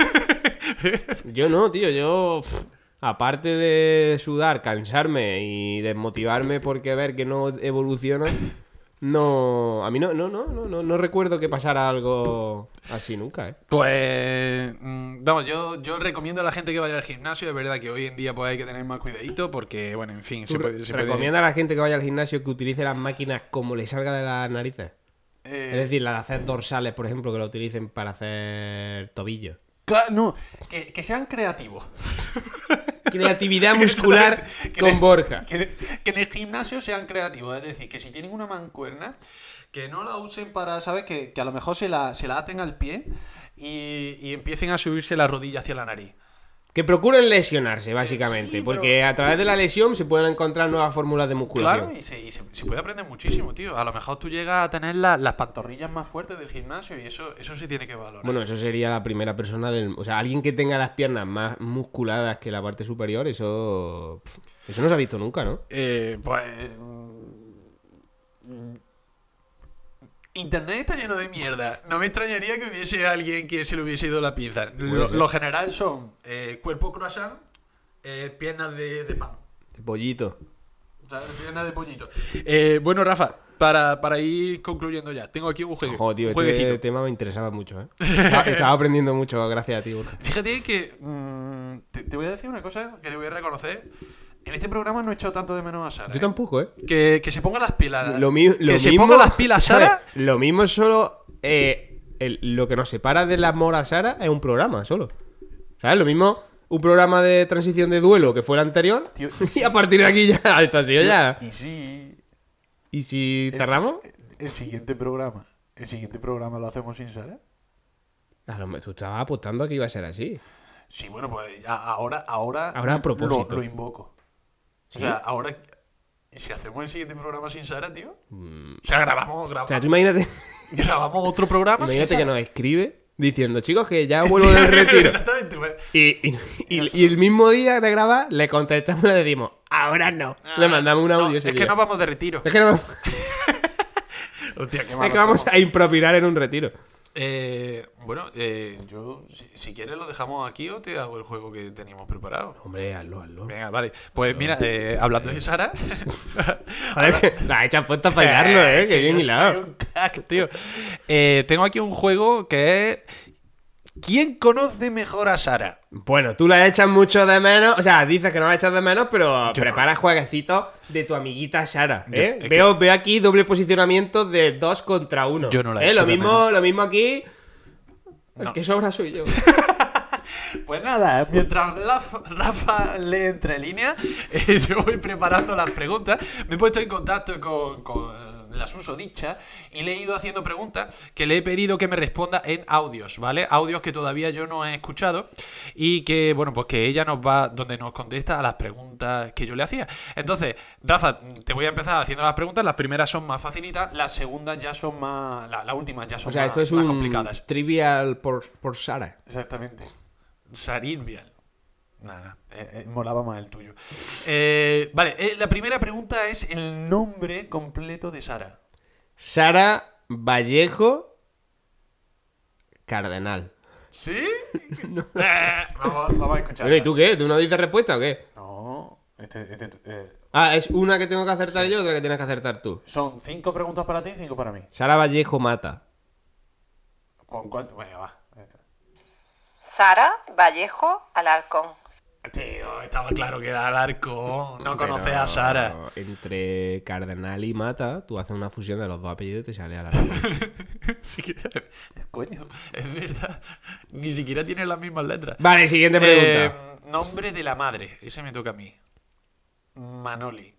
[SPEAKER 1] yo no, tío. Yo, pff, aparte de sudar, cansarme y desmotivarme porque ver que no evoluciona, no. A mí no, no, no, no, no, no recuerdo que pasara algo así nunca, ¿eh?
[SPEAKER 2] Pues, mm, vamos, yo, yo recomiendo a la gente que vaya al gimnasio. Es verdad que hoy en día pues, hay que tener más cuidadito porque, bueno, en fin, se
[SPEAKER 1] ¿Tú
[SPEAKER 2] puede... se puede-
[SPEAKER 1] recomienda a la gente que vaya al gimnasio que utilice las máquinas como le salga de las narices.
[SPEAKER 2] Eh,
[SPEAKER 1] Es decir, la de hacer dorsales, por ejemplo, que lo utilicen para hacer
[SPEAKER 2] (laughs)
[SPEAKER 1] tobillos.
[SPEAKER 2] cla- no, que- que sean creativos.
[SPEAKER 1] Creatividad
[SPEAKER 2] (laughs)
[SPEAKER 1] muscular con Borja.
[SPEAKER 2] Que, que en el gimnasio sean creativos, es decir, que si tienen una mancuerna, que no la usen para, ¿sabes? Que, que a lo mejor se la, se la aten al pie y, y empiecen a subirse la rodilla hacia la nariz.
[SPEAKER 1] Que procuren lesionarse, básicamente,
[SPEAKER 2] Eh, Sí, pero-
[SPEAKER 1] porque a través de la lesión se pueden encontrar nuevas fórmulas de musculación.
[SPEAKER 2] Claro, y, se, y se- se puede aprender muchísimo, tío. A lo mejor tú llegas a tener la- las pantorrillas más fuertes del gimnasio y eso, eso se tiene que valorar.
[SPEAKER 1] Bueno, eso sería la primera persona del... O sea, alguien que tenga las piernas más musculadas que la parte superior, eso... pf, Eso no se ha visto nunca, ¿no?
[SPEAKER 2] Eh, pues. mm, Internet está lleno de mierda. No me extrañaría que hubiese alguien que se le hubiese ido la pinza. Lo,
[SPEAKER 1] ser.
[SPEAKER 2] lo general son eh, cuerpo croissant, eh, piernas de, de pan.
[SPEAKER 1] De pollito.
[SPEAKER 2] O sea, piernas de pollito. Eh, bueno, Rafa, para, para ir concluyendo ya, tengo aquí un, juegue-
[SPEAKER 1] Joder, tío,
[SPEAKER 2] un
[SPEAKER 1] este
[SPEAKER 2] jueguecito.
[SPEAKER 1] tema me interesaba mucho,
[SPEAKER 2] (laughs)
[SPEAKER 1] ¿eh? Estaba estaba aprendiendo mucho, gracias a ti, Borja.
[SPEAKER 2] Fíjate que. mm, te, te voy a decir una cosa que te voy a reconocer. En este programa no he echado tanto de menos a Sara.
[SPEAKER 1] Yo
[SPEAKER 2] ¿eh?
[SPEAKER 1] tampoco, ¿eh?
[SPEAKER 2] Que, que se ponga las pilas.
[SPEAKER 1] Lo, mi- lo
[SPEAKER 2] Ah, que
[SPEAKER 1] mismo...
[SPEAKER 2] se ponga las
[SPEAKER 1] (laughs)
[SPEAKER 2] pilas,
[SPEAKER 1] ¿sabes?
[SPEAKER 2] Sara.
[SPEAKER 1] Lo mismo es solo... eh, el- lo que nos separa del amor a Sara es un programa, solo. ¿Sabes? Lo mismo... Un programa de transición de duelo que fue el anterior.
[SPEAKER 2] Tío,
[SPEAKER 1] (laughs) y a partir de aquí ya... (laughs) Esto ha sido ya...
[SPEAKER 2] Y sí.
[SPEAKER 1] ¿Y si
[SPEAKER 2] el-
[SPEAKER 1] cerramos?
[SPEAKER 2] El siguiente programa. El siguiente programa lo hacemos sin Sara.
[SPEAKER 1] A lo mejor tú estabas apostando a que iba a ser así.
[SPEAKER 2] Sí, bueno, pues a- ahora, ahora,
[SPEAKER 1] Ahora a
[SPEAKER 2] lo-
[SPEAKER 1] propósito.
[SPEAKER 2] Lo, invoco.
[SPEAKER 1] ¿Sí?
[SPEAKER 2] O sea, ahora. ¿y si hacemos el siguiente programa sin Sara, tío? O sea, grabamos,
[SPEAKER 1] O
[SPEAKER 2] grabamos,
[SPEAKER 1] sea, tú imagínate,
[SPEAKER 2] (laughs) grabamos otro programa.
[SPEAKER 1] imagínate
[SPEAKER 2] sin
[SPEAKER 1] que
[SPEAKER 2] Sara.
[SPEAKER 1] nos escribe diciendo, chicos, que
[SPEAKER 2] (laughs)
[SPEAKER 1] ya vuelvo del retiro.
[SPEAKER 2] Exactamente, pues.
[SPEAKER 1] Y, y- y- y el mismo día de grabar, le contestamos y le decimos, ahora no. Le mandamos un
[SPEAKER 2] Ah, No,
[SPEAKER 1] audio.
[SPEAKER 2] es
[SPEAKER 1] ese
[SPEAKER 2] que
[SPEAKER 1] día.
[SPEAKER 2] no vamos de retiro.
[SPEAKER 1] Es que, no-
[SPEAKER 2] Hostia, qué
[SPEAKER 1] es
[SPEAKER 2] malos
[SPEAKER 1] que vamos
[SPEAKER 2] somos.
[SPEAKER 1] a improvisar en un retiro.
[SPEAKER 2] Eh, bueno, eh, yo, si, si quieres, lo dejamos aquí o te hago el juego que teníamos preparado.
[SPEAKER 1] Hombre, hazlo, hazlo.
[SPEAKER 2] Venga, vale. Pues mira, eh, hablando
[SPEAKER 1] (laughs)
[SPEAKER 2] de Sara.
[SPEAKER 1] Joder, que la hecha puesta para
[SPEAKER 2] (laughs)
[SPEAKER 1] bailarlo, ¿eh? Qué bien
[SPEAKER 2] yo soy
[SPEAKER 1] hilado.
[SPEAKER 2] un crack, tío. Eh, tengo aquí un juego que es. ¿Quién conoce mejor a Sara?
[SPEAKER 1] Bueno, tú la echas mucho de menos. O sea, dices que no la echas de menos, pero
[SPEAKER 2] Yo no.
[SPEAKER 1] prepara jueguecitos de tu amiguita Sara. ¿eh?
[SPEAKER 2] Yo- es
[SPEAKER 1] veo, veo aquí doble posicionamiento de dos contra uno.
[SPEAKER 2] Yo no la
[SPEAKER 1] ¿eh?
[SPEAKER 2] echo
[SPEAKER 1] lo
[SPEAKER 2] de
[SPEAKER 1] mismo,
[SPEAKER 2] menos.
[SPEAKER 1] Lo mismo aquí. El
[SPEAKER 2] No.
[SPEAKER 1] que sobra soy (laughs) yo.
[SPEAKER 2] Pues nada, mientras Rafa, Rafa lee (laughs) entre líneas, eh, yo voy preparando las preguntas. Me he puesto en contacto con, con la susodicha y le he ido haciendo preguntas que le he pedido que me responda en audios, ¿vale? Audios que todavía yo no he escuchado y que, bueno, pues que ella nos va donde nos contesta a las preguntas que yo le hacía. Entonces, Daza, te voy a empezar haciendo las preguntas. Las primeras son más facilitas, las segundas ya son más. la- Las últimas ya son
[SPEAKER 1] O sea,
[SPEAKER 2] más,
[SPEAKER 1] esto es
[SPEAKER 2] más
[SPEAKER 1] un
[SPEAKER 2] complicadas.
[SPEAKER 1] trivial por, por Sara.
[SPEAKER 2] Exactamente. Sarin Vial. Nada, eh, eh, molaba más el tuyo. Eh, vale, eh, la primera pregunta es el nombre completo de Sara.
[SPEAKER 1] Sara Vallejo Cardenal.
[SPEAKER 2] ¿Sí? Eh, vamos, vamos a escuchar.
[SPEAKER 1] Bueno, ¿y tú qué? ¿Tú no dices respuesta o qué?
[SPEAKER 2] No, este- este- eh,
[SPEAKER 1] Ah, es una que tengo que acertar yo y otra que tienes que acertar tú.
[SPEAKER 2] son cinco preguntas para ti y cinco para mí.
[SPEAKER 1] Sara Vallejo mata.
[SPEAKER 2] ¿Con cuánto? Bueno, va. Esta.
[SPEAKER 4] Sara Vallejo Alarcón.
[SPEAKER 2] Tío, estaba claro que era Alarcón. No conoces a (laughs) Sara.
[SPEAKER 1] Pero Entre Cardenal y Mata, tú haces una fusión de los dos apellidos y te sale a la
[SPEAKER 2] Sí que- Coño, es verdad. Ni siquiera tiene las mismas letras.
[SPEAKER 1] Vale, siguiente pregunta.
[SPEAKER 2] Eh, nombre de la madre. Ese me toca a mí. Manoli.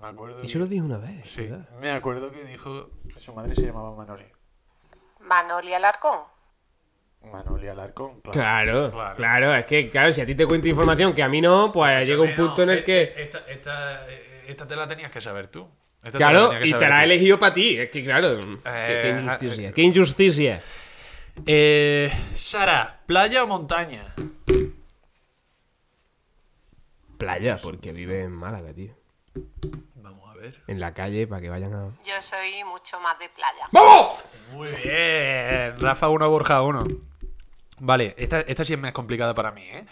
[SPEAKER 2] Me acuerdo.
[SPEAKER 1] Eso lo dije una vez.
[SPEAKER 2] Sí,
[SPEAKER 1] ¿verdad?
[SPEAKER 2] me acuerdo que dijo que su madre se llamaba Manoli.
[SPEAKER 4] Manoli Alarcón.
[SPEAKER 2] Manoli Alarcón,
[SPEAKER 1] Claro,
[SPEAKER 2] claro. Claro.
[SPEAKER 1] claro, es que, claro, si a ti te cuento información que a mí no, pues llega un
[SPEAKER 2] Escúchame,
[SPEAKER 1] punto en
[SPEAKER 2] no,
[SPEAKER 1] el
[SPEAKER 2] e-
[SPEAKER 1] que.
[SPEAKER 2] Esta, esta, eh, esta te la tenías que saber tú. Esta te la
[SPEAKER 1] Claro,
[SPEAKER 2] tenías que
[SPEAKER 1] y te
[SPEAKER 2] saber
[SPEAKER 1] la he
[SPEAKER 2] tú.
[SPEAKER 1] elegido para ti. Es que, claro, qué- qué,
[SPEAKER 2] Eh,
[SPEAKER 1] injusticia.
[SPEAKER 2] eh,
[SPEAKER 1] qué injusticia.
[SPEAKER 2] Eh, Sara, ¿playa o montaña?
[SPEAKER 1] Playa, porque vive en Málaga, tío.
[SPEAKER 2] Vamos a ver.
[SPEAKER 1] En la calle para que vayan a.
[SPEAKER 4] Yo soy mucho más de playa.
[SPEAKER 1] ¡Vamos!
[SPEAKER 2] Muy bien. Rafa 1, Borja 1. Vale, esta, esta sí es más complicada para mí, ¿eh?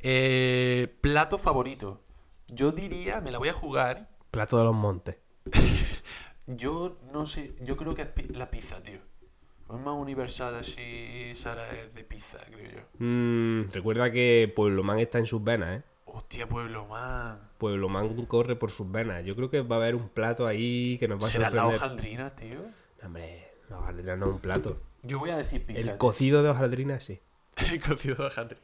[SPEAKER 2] Eh, Plato favorito. Yo diría, me la voy a jugar.
[SPEAKER 1] Plato de los Montes.
[SPEAKER 2] Yo no sé, yo creo que es pi- la pizza, tío. Es más universal así, Sara es de pizza, creo yo.
[SPEAKER 1] Mm, recuerda que Pueblo Man está en sus venas, ¿eh?
[SPEAKER 2] Hostia, pueblo, man.
[SPEAKER 1] Pueblo Man corre por sus venas. Yo creo que va a haber un plato ahí que nos va a
[SPEAKER 2] ¿Será la
[SPEAKER 1] sorprender.
[SPEAKER 2] hojaldrina, tío?
[SPEAKER 1] Hombre, la hojaldrina no es un plato.
[SPEAKER 2] Yo voy a decir pizza.
[SPEAKER 1] El
[SPEAKER 2] tío.
[SPEAKER 1] cocido de hojaldrina, sí.
[SPEAKER 2] (laughs) El cocido de hojaldrina.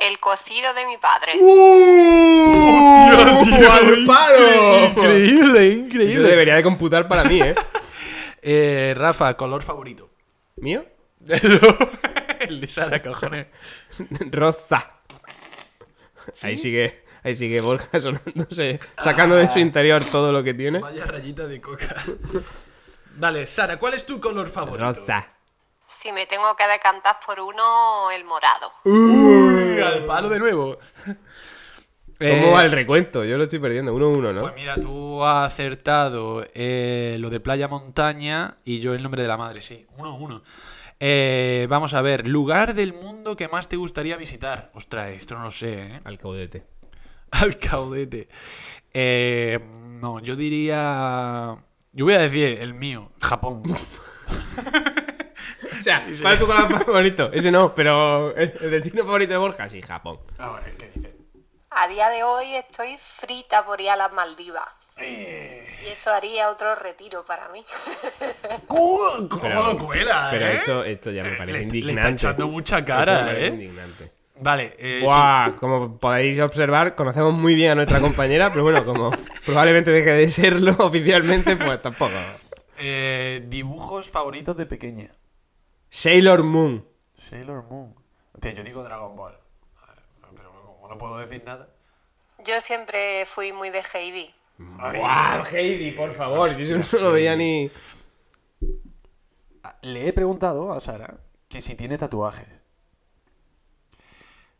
[SPEAKER 4] El cocido de mi padre.
[SPEAKER 1] (laughs) ¡Hostia, ¡Al palo!
[SPEAKER 2] Increíble,
[SPEAKER 1] Eso
[SPEAKER 2] increíble.
[SPEAKER 1] debería de computar para mí, ¿eh?
[SPEAKER 2] Eh, Rafa, color favorito.
[SPEAKER 1] ¿Mío?
[SPEAKER 2] (laughs)
[SPEAKER 1] (laughs)
[SPEAKER 2] El de Sara, cojones.
[SPEAKER 1] Roza. Ahí sigue, ahí sigue Borja sonándose, sacando de
[SPEAKER 2] Ah.
[SPEAKER 1] su interior todo lo que tiene.
[SPEAKER 2] Vaya rayita de coca. Vale, Sara, ¿cuál es tu color favorito?
[SPEAKER 1] Roza.
[SPEAKER 4] Si me tengo que decantar por uno, el morado.
[SPEAKER 2] Uy, al palo de nuevo. Eh.
[SPEAKER 1] ¿Cómo va el recuento? Yo lo estoy perdiendo. 1-1, uno, uno, ¿no?
[SPEAKER 2] Pues mira, tú has acertado eh, lo de playa montaña y yo el nombre de la madre, sí. Uno, uno. Eh, vamos a ver, lugar del mundo que más te gustaría visitar. Ostras, esto no lo sé, ¿eh?
[SPEAKER 1] Al caudete.
[SPEAKER 2] (laughs) Al caudete. Eh, no, yo diría. Yo voy a decir el mío, (laughs) Japón.
[SPEAKER 1] O sea, ¿cuál es tu color (laughs) favorito? Ese no, pero el el destino favorito de Borja, sí, Japón.
[SPEAKER 2] Ahora, ¿qué dices?
[SPEAKER 4] A día de hoy estoy frita por ir a las Maldivas. Y eso haría otro retiro para mí.
[SPEAKER 2] ¿Cómo, cómo
[SPEAKER 1] Pero-
[SPEAKER 2] lo cuela,
[SPEAKER 1] Pero
[SPEAKER 2] eh?
[SPEAKER 1] esto, esto ya me
[SPEAKER 2] Le-
[SPEAKER 1] parece
[SPEAKER 2] le está
[SPEAKER 1] indignante.
[SPEAKER 2] echando mucha
[SPEAKER 1] Esto
[SPEAKER 2] cara,
[SPEAKER 1] me parece
[SPEAKER 2] ¿eh?
[SPEAKER 1] Indignante.
[SPEAKER 2] Vale, eh,
[SPEAKER 1] Buah, como podéis observar, conocemos muy bien a nuestra compañera, pero bueno, como probablemente deje de serlo (laughs) oficialmente, pues tampoco.
[SPEAKER 2] sí. Eh, dibujos favoritos de pequeña.
[SPEAKER 1] Sailor Moon.
[SPEAKER 2] Sailor Moon. Hostia, yo digo Dragon Ball. Pero como no puedo decir nada.
[SPEAKER 4] Yo siempre fui muy de Heidi.
[SPEAKER 1] Buah, Heidi, por favor. Yo eso no lo veía ni.
[SPEAKER 2] Ah, Le he preguntado a Sara que si tiene tatuajes.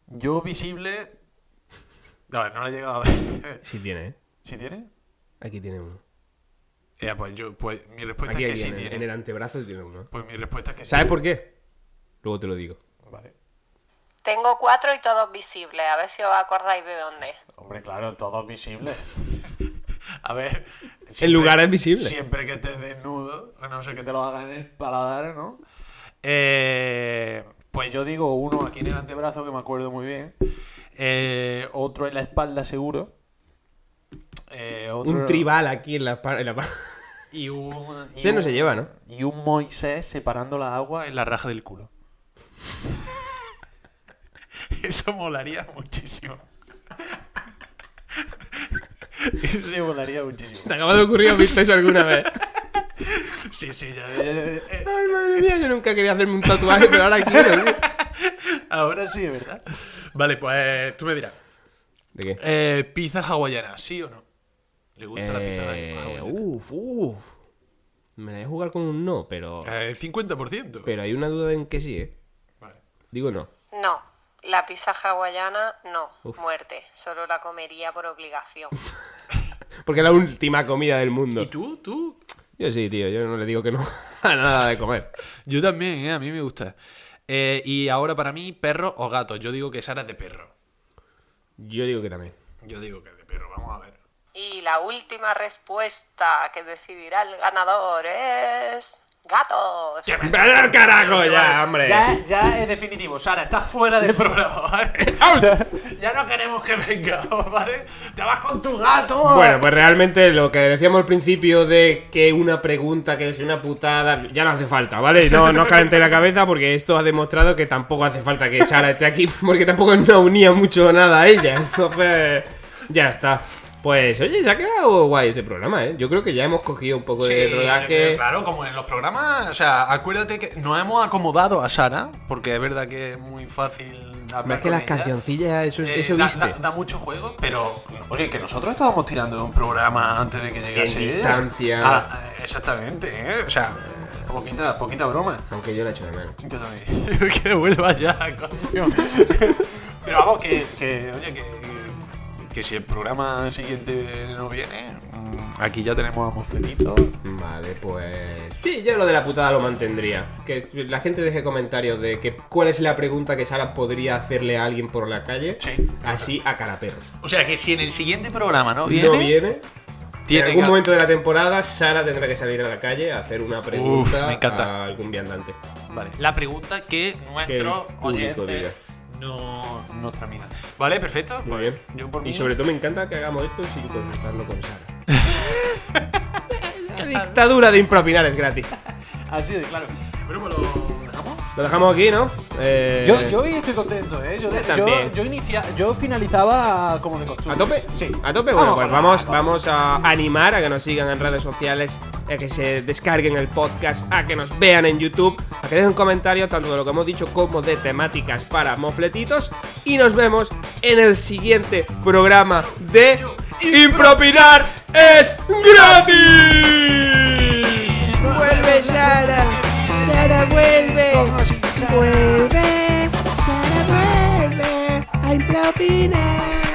[SPEAKER 2] Yo visible. No, no le he llegado a ver. (laughs)
[SPEAKER 1] Sí tiene, ¿eh?
[SPEAKER 2] ¿Sí tiene?
[SPEAKER 1] Aquí tiene uno.
[SPEAKER 2] Eh, pues yo, pues mi respuesta
[SPEAKER 1] Aquí,
[SPEAKER 2] es que
[SPEAKER 1] aquí,
[SPEAKER 2] sí
[SPEAKER 1] en, el-
[SPEAKER 2] tiene.
[SPEAKER 1] en el antebrazo tiene uno.
[SPEAKER 2] Pues mi respuesta es que sí.
[SPEAKER 1] ¿Sabes por qué? Luego te lo digo.
[SPEAKER 2] Vale.
[SPEAKER 4] Tengo cuatro y todos visibles. A ver si os acordáis de dónde.
[SPEAKER 2] Hombre, claro, todos visibles. (laughs) A ver.
[SPEAKER 1] El lugar es visible.
[SPEAKER 2] Siempre que estés desnudo, a no ser que te lo hagan en el paladar, ¿no? Eh, pues yo digo uno aquí en el antebrazo, que me acuerdo muy bien. Eh, otro en la espalda, seguro. Eh, otro-
[SPEAKER 1] Un tribal aquí en la par- en la par- (laughs)
[SPEAKER 2] Y un. y
[SPEAKER 1] Ese no
[SPEAKER 2] un-
[SPEAKER 1] se lleva, ¿no?
[SPEAKER 2] Y un Moisés separando la agua en la raja del culo. (laughs) Eso molaría muchísimo. Eso se volaría muchísimo.
[SPEAKER 1] ¿Te acaba de ocurrir has visto eso alguna vez?
[SPEAKER 2] Sí, sí, ya. ya, ya, ya.
[SPEAKER 1] Ay, madre mía, yo nunca quería hacerme un tatuaje, pero ahora quiero. tío.
[SPEAKER 2] (laughs) Ahora sí, ¿verdad? Vale, pues tú me dirás.
[SPEAKER 1] ¿De qué?
[SPEAKER 2] Eh, pizza hawaiana, ¿sí o no? ¿Le gusta la pizza Ah, hawaiana?
[SPEAKER 1] Eh, uf, uf. Me la voy a jugar con un no, pero.
[SPEAKER 2] Eh, 50%.
[SPEAKER 1] Pero hay una duda en que sí, ¿eh?
[SPEAKER 2] Vale.
[SPEAKER 1] Digo no.
[SPEAKER 4] No, la pizza hawaiana no, muerte, solo la comería por obligación.
[SPEAKER 1] Porque es la última comida del mundo.
[SPEAKER 2] ¿Y tú? ¿Tú?
[SPEAKER 1] Yo sí, tío, yo no le digo que no (laughs) a nada de comer.
[SPEAKER 2] Yo también, ¿eh? a mí me gusta. Eh, y ahora para mí, perro o gato. Yo digo que Sara es de perro.
[SPEAKER 1] Yo digo que también.
[SPEAKER 2] Yo digo que es de perro, vamos a ver.
[SPEAKER 4] Y la última respuesta que decidirá el ganador es... ¡Gatos!
[SPEAKER 1] ¡Ven al carajo ya, hombre!
[SPEAKER 2] Ya, (laughs) ya es definitivo, Sara, estás fuera del programa, ¿vale? ya no queremos que vengas, (laughs) ¿vale? Te vas con tu gato.
[SPEAKER 1] Bueno, pues realmente lo que decíamos al principio de que una pregunta, que es una putada, ya no hace falta, ¿vale? No, no os calentéis la cabeza porque esto ha demostrado que tampoco hace falta que Sara esté aquí porque tampoco nos unía mucho nada a ella. Entonces, ya está. Pues oye, se ha quedado guay este programa, ¿eh? Yo creo que ya hemos cogido un poco de Pues rodaje.
[SPEAKER 2] pero claro, como en los programas, o sea, acuérdate que nos hemos acomodado a Sara, porque es verdad que es muy fácil hablar
[SPEAKER 1] Más que
[SPEAKER 2] con
[SPEAKER 1] las
[SPEAKER 2] ella.
[SPEAKER 1] cancioncillas, eso,
[SPEAKER 2] Eh,
[SPEAKER 1] eso
[SPEAKER 2] da,
[SPEAKER 1] viste.
[SPEAKER 2] da- da mucho juego, pero oye, que nosotros estábamos tirando de un programa antes de que llegase. ella.
[SPEAKER 1] distancia.
[SPEAKER 2] Ah, eh, exactamente, ¿eh? O sea, poquita, poquita broma.
[SPEAKER 1] Aunque yo la echo de menos.
[SPEAKER 2] Yo también. (laughs) que vuelva ya, coño. Pero vamos, que, que, oye, que, que si el programa siguiente no viene, mm, aquí ya tenemos a Mofletito.
[SPEAKER 1] Vale, pues. Sí, yo lo de la putada lo mantendría. Que la gente deje comentarios de que cuál es la pregunta que Sara podría hacerle a alguien por la calle.
[SPEAKER 2] Sí.
[SPEAKER 1] Así a cara perro.
[SPEAKER 2] O sea, que si en el siguiente programa no viene,
[SPEAKER 1] No viene.
[SPEAKER 2] tiene
[SPEAKER 1] en algún
[SPEAKER 2] que-
[SPEAKER 1] momento de la temporada, Sara tendrá que salir a la calle a hacer una pregunta
[SPEAKER 2] me encanta.
[SPEAKER 1] a algún viandante.
[SPEAKER 2] Vale, la pregunta que nuestro
[SPEAKER 1] Que el público diga.
[SPEAKER 2] oyente no, no termina. Vale, perfecto.
[SPEAKER 1] Muy
[SPEAKER 2] Pues
[SPEAKER 1] bien.
[SPEAKER 2] Yo por
[SPEAKER 1] y
[SPEAKER 2] mí-
[SPEAKER 1] sobre todo me encanta que hagamos esto sin consultarlo con Sara. La dictadura de impropinar es gratis.
[SPEAKER 2] Así de claro. Bueno, pues lo dejamos.
[SPEAKER 1] Lo dejamos aquí, ¿no? Eh,
[SPEAKER 2] Yo, yo hoy estoy contento, ¿eh? Yo,
[SPEAKER 1] Yo
[SPEAKER 2] yo-
[SPEAKER 1] también.
[SPEAKER 2] yo inicia- yo finalizaba como de
[SPEAKER 1] ¿A
[SPEAKER 2] costumbre.
[SPEAKER 1] tope?
[SPEAKER 2] Sí.
[SPEAKER 1] ¿A tope? Bueno, pues
[SPEAKER 2] para
[SPEAKER 1] vamos,
[SPEAKER 2] abajo.
[SPEAKER 1] vamos a animar a que nos sigan en redes sociales, a que se descarguen el podcast, a que nos vean en YouTube, a que dejen comentarios tanto de lo que hemos dicho como de temáticas para mofletitos. Y nos vemos en el siguiente programa de Impropinar es gratis.
[SPEAKER 3] Vuelve Sara, Sara vuelve, vuelve, Sara vuelve a impropinar.